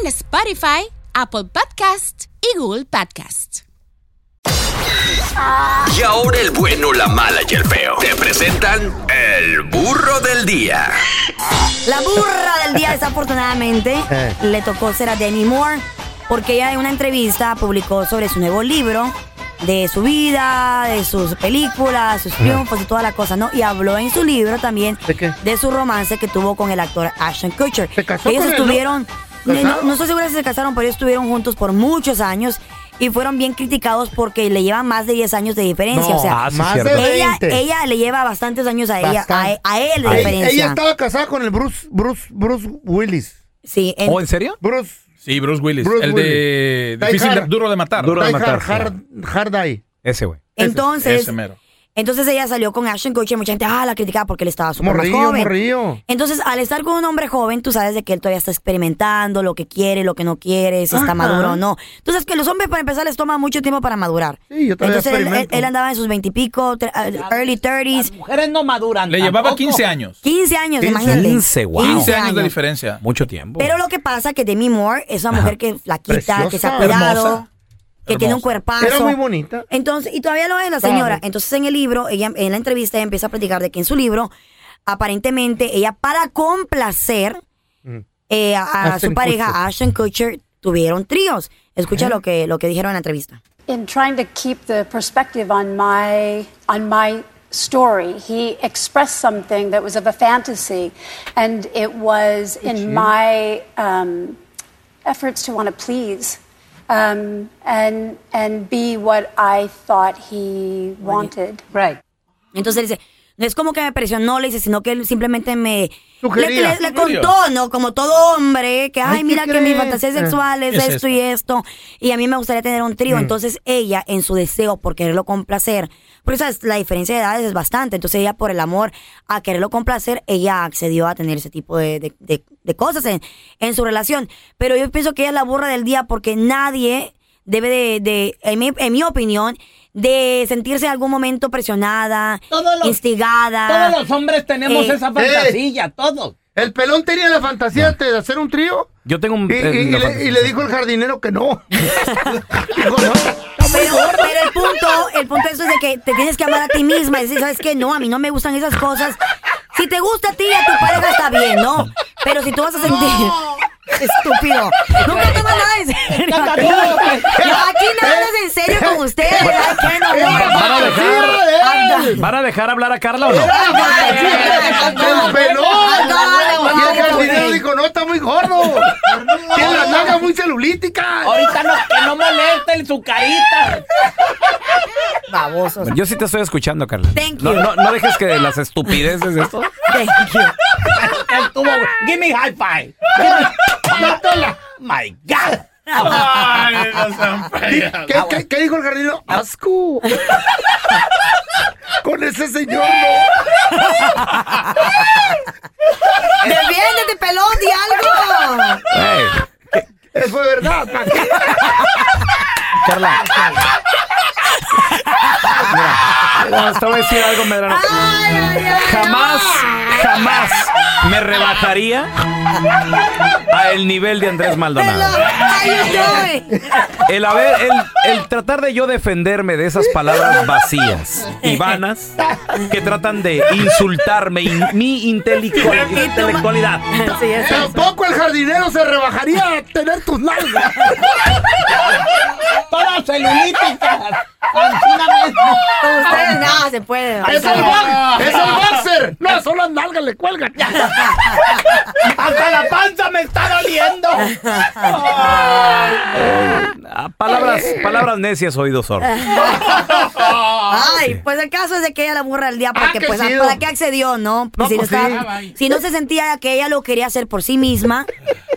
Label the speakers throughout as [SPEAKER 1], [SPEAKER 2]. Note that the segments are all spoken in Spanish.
[SPEAKER 1] en Spotify, Apple Podcast y Google Podcast.
[SPEAKER 2] Y ahora el bueno, la mala y el feo. Te presentan el burro del día.
[SPEAKER 3] La burra del día, desafortunadamente,
[SPEAKER 4] Eh.
[SPEAKER 3] le tocó ser a Demi Moore, porque ella en una entrevista publicó sobre su nuevo libro, de su vida, de sus películas, sus triunfos y todas las cosas, ¿no? Y habló en su libro también
[SPEAKER 4] ¿De qué?
[SPEAKER 3] su romance que tuvo con el actor Ashton Kutcher.
[SPEAKER 4] Se casó
[SPEAKER 3] ellos
[SPEAKER 4] con él, ¿no?
[SPEAKER 3] estuvieron, no, no,
[SPEAKER 4] ¿Casados?
[SPEAKER 3] no estoy segura si se casaron, pero ellos estuvieron juntos por muchos años y fueron bien criticados porque le llevan más de 10 años de diferencia. o sea,
[SPEAKER 5] ah, sí,
[SPEAKER 4] más
[SPEAKER 5] cierto.
[SPEAKER 4] de 20.
[SPEAKER 3] ella, ella le lleva bastantes años a ella, a,
[SPEAKER 4] Bastante.
[SPEAKER 3] a él de
[SPEAKER 4] Ella-
[SPEAKER 3] diferencia.
[SPEAKER 4] Ella estaba casada con el Bruce, Bruce, Bruce Willis.
[SPEAKER 3] Sí, en-
[SPEAKER 5] ¿O en serio?
[SPEAKER 4] Bruce.
[SPEAKER 6] Sí, Bruce Willis.
[SPEAKER 4] Bruce
[SPEAKER 6] el de
[SPEAKER 4] Willis.
[SPEAKER 6] difícil
[SPEAKER 4] Die
[SPEAKER 6] de-
[SPEAKER 4] Hard.
[SPEAKER 6] duro de matar.
[SPEAKER 5] Duro de
[SPEAKER 4] Die
[SPEAKER 5] matar,
[SPEAKER 4] Hard, hard, hard Die.
[SPEAKER 5] Ese güey.
[SPEAKER 3] entonces,
[SPEAKER 6] Ese mero.
[SPEAKER 3] entonces ella salió con Ashton Kutcher y mucha gente, ah, la criticaba porque él estaba súper más
[SPEAKER 4] Morrillo,
[SPEAKER 3] joven.
[SPEAKER 4] morrillo.
[SPEAKER 3] Entonces, al estar con un hombre joven, tú sabes de que él todavía está experimentando lo que quiere, lo que no quiere, si está maduro o no. Entonces, que los hombres, para empezar, les toma mucho tiempo para madurar.
[SPEAKER 4] Sí, yo todavía
[SPEAKER 3] Entonces, él- él,
[SPEAKER 4] experimento.
[SPEAKER 3] él andaba en sus veintipico, ah, early 30s,
[SPEAKER 7] mujeres no maduran.
[SPEAKER 6] Le llevaba
[SPEAKER 7] tampoco.
[SPEAKER 6] 15 años.
[SPEAKER 3] 15 años,
[SPEAKER 4] 15,
[SPEAKER 3] imagínate.
[SPEAKER 5] 15, wow.
[SPEAKER 6] 15 años de diferencia.
[SPEAKER 5] Mucho tiempo.
[SPEAKER 3] Pero lo que pasa que Demi Moore es una mujer que flaquita, que se ha
[SPEAKER 4] Preciosa,
[SPEAKER 3] cuidado,
[SPEAKER 6] hermosa,
[SPEAKER 3] que tiene un
[SPEAKER 6] hermosa.
[SPEAKER 3] cuerpazo.
[SPEAKER 4] Era muy bonita.
[SPEAKER 3] Entonces, y todavía lo es la
[SPEAKER 4] Claro.
[SPEAKER 3] señora. Entonces, en el libro, ella en la entrevista ella empieza a platicar de que en su libro, aparentemente, ella para complacer eh, a, a
[SPEAKER 4] Mm. Ashton
[SPEAKER 3] su pareja,
[SPEAKER 4] Kutcher.
[SPEAKER 3] a Ashton Kutcher, tuvieron tríos. Escucha lo que lo que dijeron en la entrevista.
[SPEAKER 8] in trying to keep the perspective on my on my story he expressed something that was of a fantasy and it was in my um, efforts to want to please um, and and be what i thought he wanted
[SPEAKER 7] Right.
[SPEAKER 3] Entonces él dice, no es como que me presionó, le dice, sino que él simplemente me le,
[SPEAKER 4] Sugería,
[SPEAKER 3] le- le
[SPEAKER 6] sugería.
[SPEAKER 3] contó, ¿no? Como todo hombre, que ay,
[SPEAKER 4] Ay, ¿qué
[SPEAKER 3] mira que
[SPEAKER 4] crees? Eh.
[SPEAKER 3] mi fantasía sexual es,
[SPEAKER 6] Es
[SPEAKER 3] esto y esto, y a mí me gustaría tener un trío. Entonces ella, en su deseo por quererlo complacer, porque sabes, la diferencia de edades es bastante, entonces ella por el amor a quererlo complacer, ella accedió a tener ese tipo de, de- de- de cosas en, en su relación. Pero yo pienso que ella es la burra del día porque nadie debe de, de- en, mi, en mi opinión, de sentirse en algún momento presionada,
[SPEAKER 7] Todos los-
[SPEAKER 3] instigada.
[SPEAKER 7] Todos los hombres tenemos
[SPEAKER 3] Eh,
[SPEAKER 7] esa fantasía, todos.
[SPEAKER 4] El pelón tenía la fantasía de hacer un trío.
[SPEAKER 5] Yo tengo un.
[SPEAKER 4] Y, y-
[SPEAKER 5] eh,
[SPEAKER 4] y
[SPEAKER 5] la
[SPEAKER 4] le,
[SPEAKER 5] fantasía.
[SPEAKER 4] y le dijo el jardinero que no. Dijo, no.
[SPEAKER 3] Pero, pero el punto, el punto de eso es de que te tienes que amar a ti misma y decir, ¿sabes qué? No, a mí no me gustan esas cosas. Si te gusta a ti y a tu pareja está bien, ¿no? Pero si tú vas a sentir... Estúpido. Nunca toma nada en serio.
[SPEAKER 7] Nunca toma lo que-
[SPEAKER 3] No, aquí nada es en serio con ustedes. ¿verdad? ¿Qué no,
[SPEAKER 5] Van a
[SPEAKER 3] Anda.
[SPEAKER 5] dejar, ¿Van a dejar hablar a Carla o no?
[SPEAKER 4] El pelón. Y el jardinero dijo, no, está muy gordo. Tiene las nalgas muy celulíticas.
[SPEAKER 7] Ahorita no, que no molesten su carita.
[SPEAKER 3] Babosos.
[SPEAKER 5] Yo sí te estoy escuchando, Carla.
[SPEAKER 3] Thank
[SPEAKER 5] No,
[SPEAKER 3] you.
[SPEAKER 5] no, no dejes que las estupideces de esto.
[SPEAKER 3] Thank you.
[SPEAKER 7] Él tuvo. Give me high five. Give me- My God.
[SPEAKER 6] Ay, no sean feas.
[SPEAKER 4] ¿Qué, qué- qué dijo el jardinero? ¡Asco! Con ese señor no.
[SPEAKER 3] Defiéndete, pelón, di algo.
[SPEAKER 5] Ey,
[SPEAKER 4] Eso es verdad. ¿pa' qué?
[SPEAKER 5] Carla. Mira, no, te voy a decir algo, Medrano.
[SPEAKER 3] Ay, ay, ay,
[SPEAKER 5] Jamás, jamás me rebajaría al nivel de Andrés Maldonado.
[SPEAKER 3] ¡Ay, yo
[SPEAKER 5] El, haber, el, el tratar de yo defenderme de esas palabras vacías y vanas que tratan de insultarme y mi intelectual- intelectualidad.
[SPEAKER 3] Sí, eso.
[SPEAKER 4] Tampoco el jardinero se rebajaría a tener tus nalgas.
[SPEAKER 7] Para celulíticas. Encima mismo.
[SPEAKER 3] Con ustedes nada se puede.
[SPEAKER 4] ¡Es el, ba- es el boxer! No, son las nalgas, le cuelgan.
[SPEAKER 7] Hasta la panza me está doliendo.
[SPEAKER 5] Ah, Palabras, palabras necias, oídos sordos. Ah,
[SPEAKER 3] Ay, pues el caso es de que ella la burra al día porque
[SPEAKER 4] qué
[SPEAKER 3] pues
[SPEAKER 4] chido.
[SPEAKER 3] para qué accedió, ¿no? Pues,
[SPEAKER 4] No,
[SPEAKER 3] si,
[SPEAKER 4] pues,
[SPEAKER 3] no
[SPEAKER 4] sí.
[SPEAKER 5] Ah,
[SPEAKER 3] estaba- si no se sentía que ella lo quería hacer por sí misma,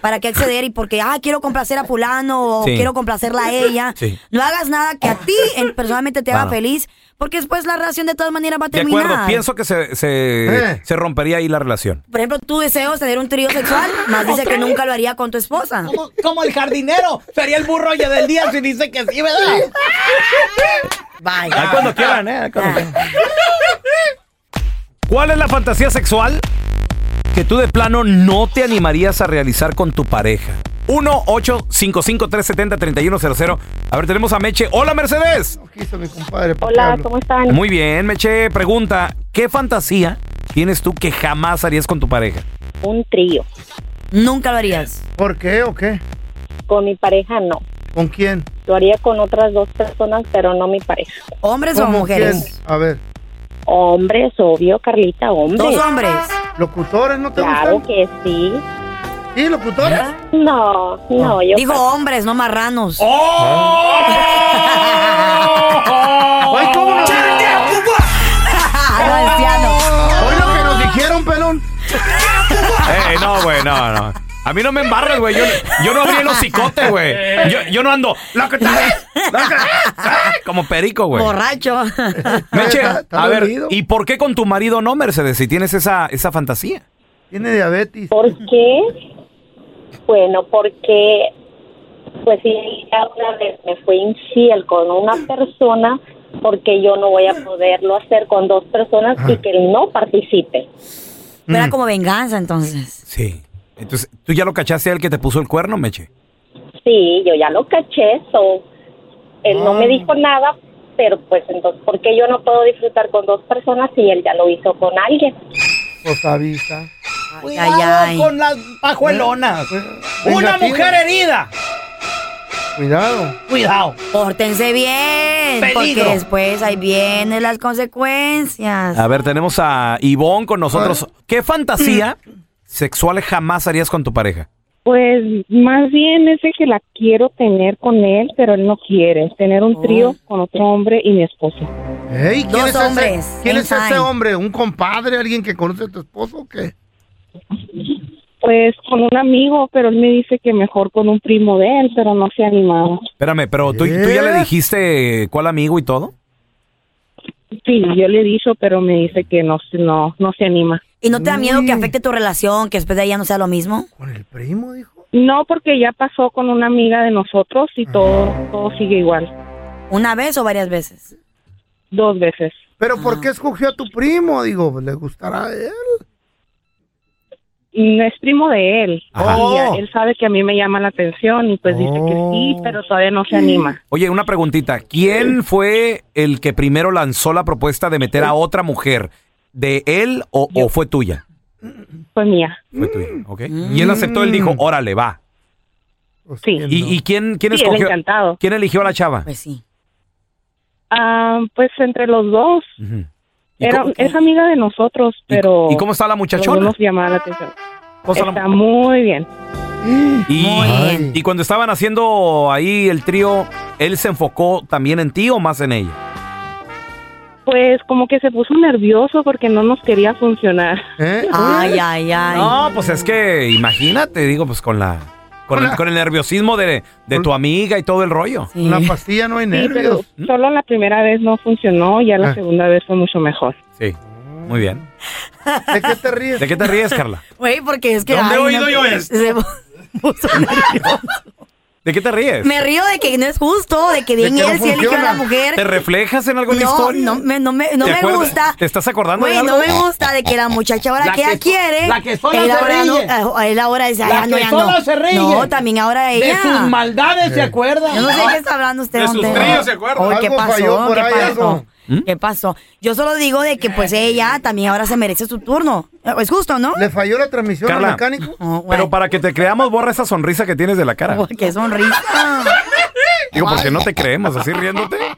[SPEAKER 3] para qué acceder y porque, ah, quiero complacer a fulano o
[SPEAKER 5] Sí.
[SPEAKER 3] quiero complacerla a ella.
[SPEAKER 5] Sí.
[SPEAKER 3] No hagas nada que a ti eh, personalmente te haga
[SPEAKER 5] Claro.
[SPEAKER 3] feliz porque después la relación de todas maneras va a
[SPEAKER 5] De
[SPEAKER 3] terminar.
[SPEAKER 5] acuerdo, pienso que se, se,
[SPEAKER 4] Eh.
[SPEAKER 5] se rompería ahí la relación.
[SPEAKER 3] Por ejemplo, tú deseas tener un trío sexual, más dice que nunca lo haría con tu esposa.
[SPEAKER 7] Como, Pues, como el jardinero. Sería el burro ya del día si dice que sí, ¿verdad?
[SPEAKER 5] Ahí
[SPEAKER 3] Vaya.
[SPEAKER 5] cuando quieran, ¿eh? Ahí cuando quieran. ¿Cuál es la fantasía sexual que tú de plano no te animarías a realizar con tu pareja? 1-855-370-3100. A ver, tenemos a Meche. Hola, Mercedes.
[SPEAKER 4] Quiso mi compadre, ¿pa' qué
[SPEAKER 9] Hola,
[SPEAKER 4] hablo?
[SPEAKER 9] ¿cómo están?
[SPEAKER 5] Muy bien, Meche. Pregunta, ¿qué fantasía tienes tú que jamás harías con tu pareja?
[SPEAKER 9] Un trío.
[SPEAKER 3] Nunca lo harías.
[SPEAKER 4] ¿Por qué o qué?
[SPEAKER 9] Con mi pareja no.
[SPEAKER 4] ¿Con quién?
[SPEAKER 9] Lo haría con otras dos personas, pero no mi pareja.
[SPEAKER 3] ¿Hombres o
[SPEAKER 4] ¿Cómo
[SPEAKER 3] mujeres?
[SPEAKER 4] quién? A ver,
[SPEAKER 9] Hombres, obvio, Carlita, hombres.
[SPEAKER 3] Dos hombres.
[SPEAKER 4] ¿locutores no te
[SPEAKER 9] Claro
[SPEAKER 4] gustan?
[SPEAKER 9] que sí.
[SPEAKER 4] ¿Sí, locutores?
[SPEAKER 9] No, no, yo.
[SPEAKER 3] Dijo hombres, no marranos.
[SPEAKER 4] ¡Ay, cómo nos...
[SPEAKER 3] Ah, no, anciano.
[SPEAKER 4] Hoy lo que nos dijeron, pelón.
[SPEAKER 5] Ey, Eh, no, güey, no, no. A mí no me embarras, güey. Yo, yo no abrí el hocicote, güey. Yo, yo no ando. "Lo que traes, lo que traes", Como perico, güey.
[SPEAKER 3] Borracho.
[SPEAKER 5] Meche,
[SPEAKER 4] Está- está
[SPEAKER 5] a ver,
[SPEAKER 4] dolido.
[SPEAKER 5] ¿y por qué con tu marido no, Mercedes, si tienes esa, esa fantasía?
[SPEAKER 4] Tiene diabetes.
[SPEAKER 9] ¿Por qué? Bueno, porque. Pues sí, ya una vez me fue infiel con una persona porque yo no voy a poderlo hacer con dos personas y que él no participe.
[SPEAKER 3] Era como venganza entonces.
[SPEAKER 5] Sí. Entonces, ¿tú ya lo cachaste al que te puso el cuerno, Meche?
[SPEAKER 9] Sí, yo ya lo caché, so, él Pues, no me dijo nada, pero pues entonces, ¿por qué yo no puedo disfrutar con dos personas si él ya lo hizo con alguien?
[SPEAKER 4] Pues avisa. Pues,
[SPEAKER 3] Ay,
[SPEAKER 7] Cuidado
[SPEAKER 3] ay, ay.
[SPEAKER 7] con las pajuelonas. Una
[SPEAKER 4] Vengativa.
[SPEAKER 7] mujer herida.
[SPEAKER 4] Cuidado.
[SPEAKER 7] Cuidado.
[SPEAKER 3] Pórtense bien.
[SPEAKER 7] Peligro.
[SPEAKER 3] Porque después ahí vienen las consecuencias.
[SPEAKER 5] A ver, tenemos a Ivonne con nosotros. ¿Qué fantasía sexual jamás harías con tu pareja?
[SPEAKER 9] Pues más bien es de que la quiero tener con él, pero él no quiere, tener un trío con otro hombre y mi esposo.
[SPEAKER 4] Ey, ¿quién
[SPEAKER 3] Dos
[SPEAKER 4] es ese-
[SPEAKER 3] hombres,
[SPEAKER 4] ¿Quién es
[SPEAKER 3] anytime.
[SPEAKER 4] ese hombre? ¿Un compadre? ¿Alguien que conoce a tu esposo o qué?
[SPEAKER 9] Pues con un amigo, pero él me dice que mejor con un primo de él, pero no se ha animado.
[SPEAKER 5] Espérame, pero ¿tú, tú ya
[SPEAKER 4] ¿Eh?
[SPEAKER 5] le dijiste cuál amigo y todo?
[SPEAKER 9] Sí, yo le he dicho, pero me dice que no, no, no se anima.
[SPEAKER 3] ¿Y no te da miedo que afecte tu relación, que después de ahí ya no sea lo mismo?
[SPEAKER 4] ¿Con el primo, dijo?
[SPEAKER 9] No, porque ya pasó con una amiga de nosotros y todo, todo sigue igual,
[SPEAKER 3] ¿Una vez o varias veces?
[SPEAKER 9] dos veces.
[SPEAKER 4] ¿Pero por qué escogió a tu primo? Digo, pues, ¿le gustará a él?
[SPEAKER 9] No mm, es primo de él.
[SPEAKER 5] Ajá.
[SPEAKER 9] Y ya,
[SPEAKER 4] Oh.
[SPEAKER 9] él sabe que a mí me llama la atención y pues dice que sí,
[SPEAKER 4] Oh.
[SPEAKER 9] pero todavía no se anima.
[SPEAKER 5] Oye, una preguntita. ¿Quién fue el que primero lanzó la propuesta de meter a otra mujer? ¿De él o, o fue tuya?
[SPEAKER 9] Pues mía.
[SPEAKER 5] Fue tuya, ¿ok? Y él aceptó, él dijo, órale, va.
[SPEAKER 4] Pues, Mm.
[SPEAKER 9] Sí.
[SPEAKER 4] ¿quién no?
[SPEAKER 5] ¿Y, y quién, quién
[SPEAKER 9] Sí, él
[SPEAKER 5] escogió?
[SPEAKER 9] encantado.
[SPEAKER 5] ¿Quién eligió a la chava?
[SPEAKER 3] Pues sí.
[SPEAKER 9] Ah, pues entre los dos.
[SPEAKER 5] Ujú. ¿Y
[SPEAKER 9] Era,
[SPEAKER 5] cómo-
[SPEAKER 9] Es amiga de nosotros,
[SPEAKER 5] y-
[SPEAKER 9] pero...
[SPEAKER 5] ¿Y cómo está la
[SPEAKER 9] no
[SPEAKER 5] muchachona?
[SPEAKER 9] nos llamaba la atención.
[SPEAKER 5] ¿Cómo está la-
[SPEAKER 9] Está muy bien.
[SPEAKER 5] y,
[SPEAKER 3] Muy
[SPEAKER 5] y cuando estaban haciendo ahí el trío, ¿él se enfocó también en ti o más en ella?
[SPEAKER 9] Pues como que se puso nervioso porque no nos quería funcionar.
[SPEAKER 4] ¿Eh?
[SPEAKER 3] Ay, ay, ay.
[SPEAKER 5] No, pues es que imagínate, digo, pues con la... Con el,
[SPEAKER 4] Hola.
[SPEAKER 5] con el nerviosismo de, de tu amiga y todo el rollo.
[SPEAKER 3] Sí.
[SPEAKER 4] Una pastilla no hay
[SPEAKER 9] Sí, pero
[SPEAKER 4] nervios.
[SPEAKER 9] solo la primera vez no funcionó, ya la
[SPEAKER 4] Ah.
[SPEAKER 9] segunda vez fue mucho mejor.
[SPEAKER 5] Sí, muy bien.
[SPEAKER 4] ¿De qué te ríes?
[SPEAKER 5] ¿De qué te ríes, Carla?
[SPEAKER 3] Güey, porque es que...
[SPEAKER 6] ¿Dónde he
[SPEAKER 3] ay,
[SPEAKER 6] oído yo
[SPEAKER 3] se-
[SPEAKER 6] esto?
[SPEAKER 3] se puso nervioso.
[SPEAKER 5] ¿De qué te ríes?
[SPEAKER 3] Me río de que no es justo, de que bien
[SPEAKER 5] ¿De que no
[SPEAKER 3] él, si él eligió a la
[SPEAKER 5] funciona?
[SPEAKER 3] mujer.
[SPEAKER 5] ¿Te reflejas en alguna
[SPEAKER 3] no,
[SPEAKER 5] historia? ¿eh?
[SPEAKER 3] No, me, no me, no
[SPEAKER 5] ¿Te
[SPEAKER 3] me
[SPEAKER 5] acuerdas?
[SPEAKER 3] gusta.
[SPEAKER 5] ¿Te estás acordando de
[SPEAKER 3] Güey, no
[SPEAKER 5] algo?
[SPEAKER 3] me gusta de que la muchacha ahora
[SPEAKER 5] La
[SPEAKER 3] que ella
[SPEAKER 5] que-
[SPEAKER 3] quiere.
[SPEAKER 5] la que sola
[SPEAKER 3] él
[SPEAKER 5] se
[SPEAKER 3] ahora no-
[SPEAKER 5] ríe.
[SPEAKER 3] ah, él ahora dice,
[SPEAKER 5] La
[SPEAKER 3] "Ah, no,
[SPEAKER 5] que
[SPEAKER 3] ya
[SPEAKER 5] sola
[SPEAKER 3] no.
[SPEAKER 5] se ríe.
[SPEAKER 3] No, también ahora
[SPEAKER 7] De
[SPEAKER 3] ella.
[SPEAKER 7] sus maldades se acuerda.
[SPEAKER 3] Yo no sé qué está hablando usted,
[SPEAKER 7] De sus
[SPEAKER 3] hombre.
[SPEAKER 7] tríos se acuerda.
[SPEAKER 3] Oye, ¿qué
[SPEAKER 7] Algo falló
[SPEAKER 3] pasó?
[SPEAKER 7] por
[SPEAKER 3] ¿Qué
[SPEAKER 7] ahí,
[SPEAKER 3] pasó?
[SPEAKER 7] algo.
[SPEAKER 5] ¿Mm?
[SPEAKER 3] ¿Qué pasó? Yo solo digo de que pues ella también ahora se merece su turno. Es justo, ¿no?
[SPEAKER 4] ¿Le falló la transmisión
[SPEAKER 5] Carla, Pero para que te creamos, borra esa sonrisa que tienes de la cara.
[SPEAKER 3] Qué sonrisa.
[SPEAKER 5] Digo, porque no te creemos, así riéndote.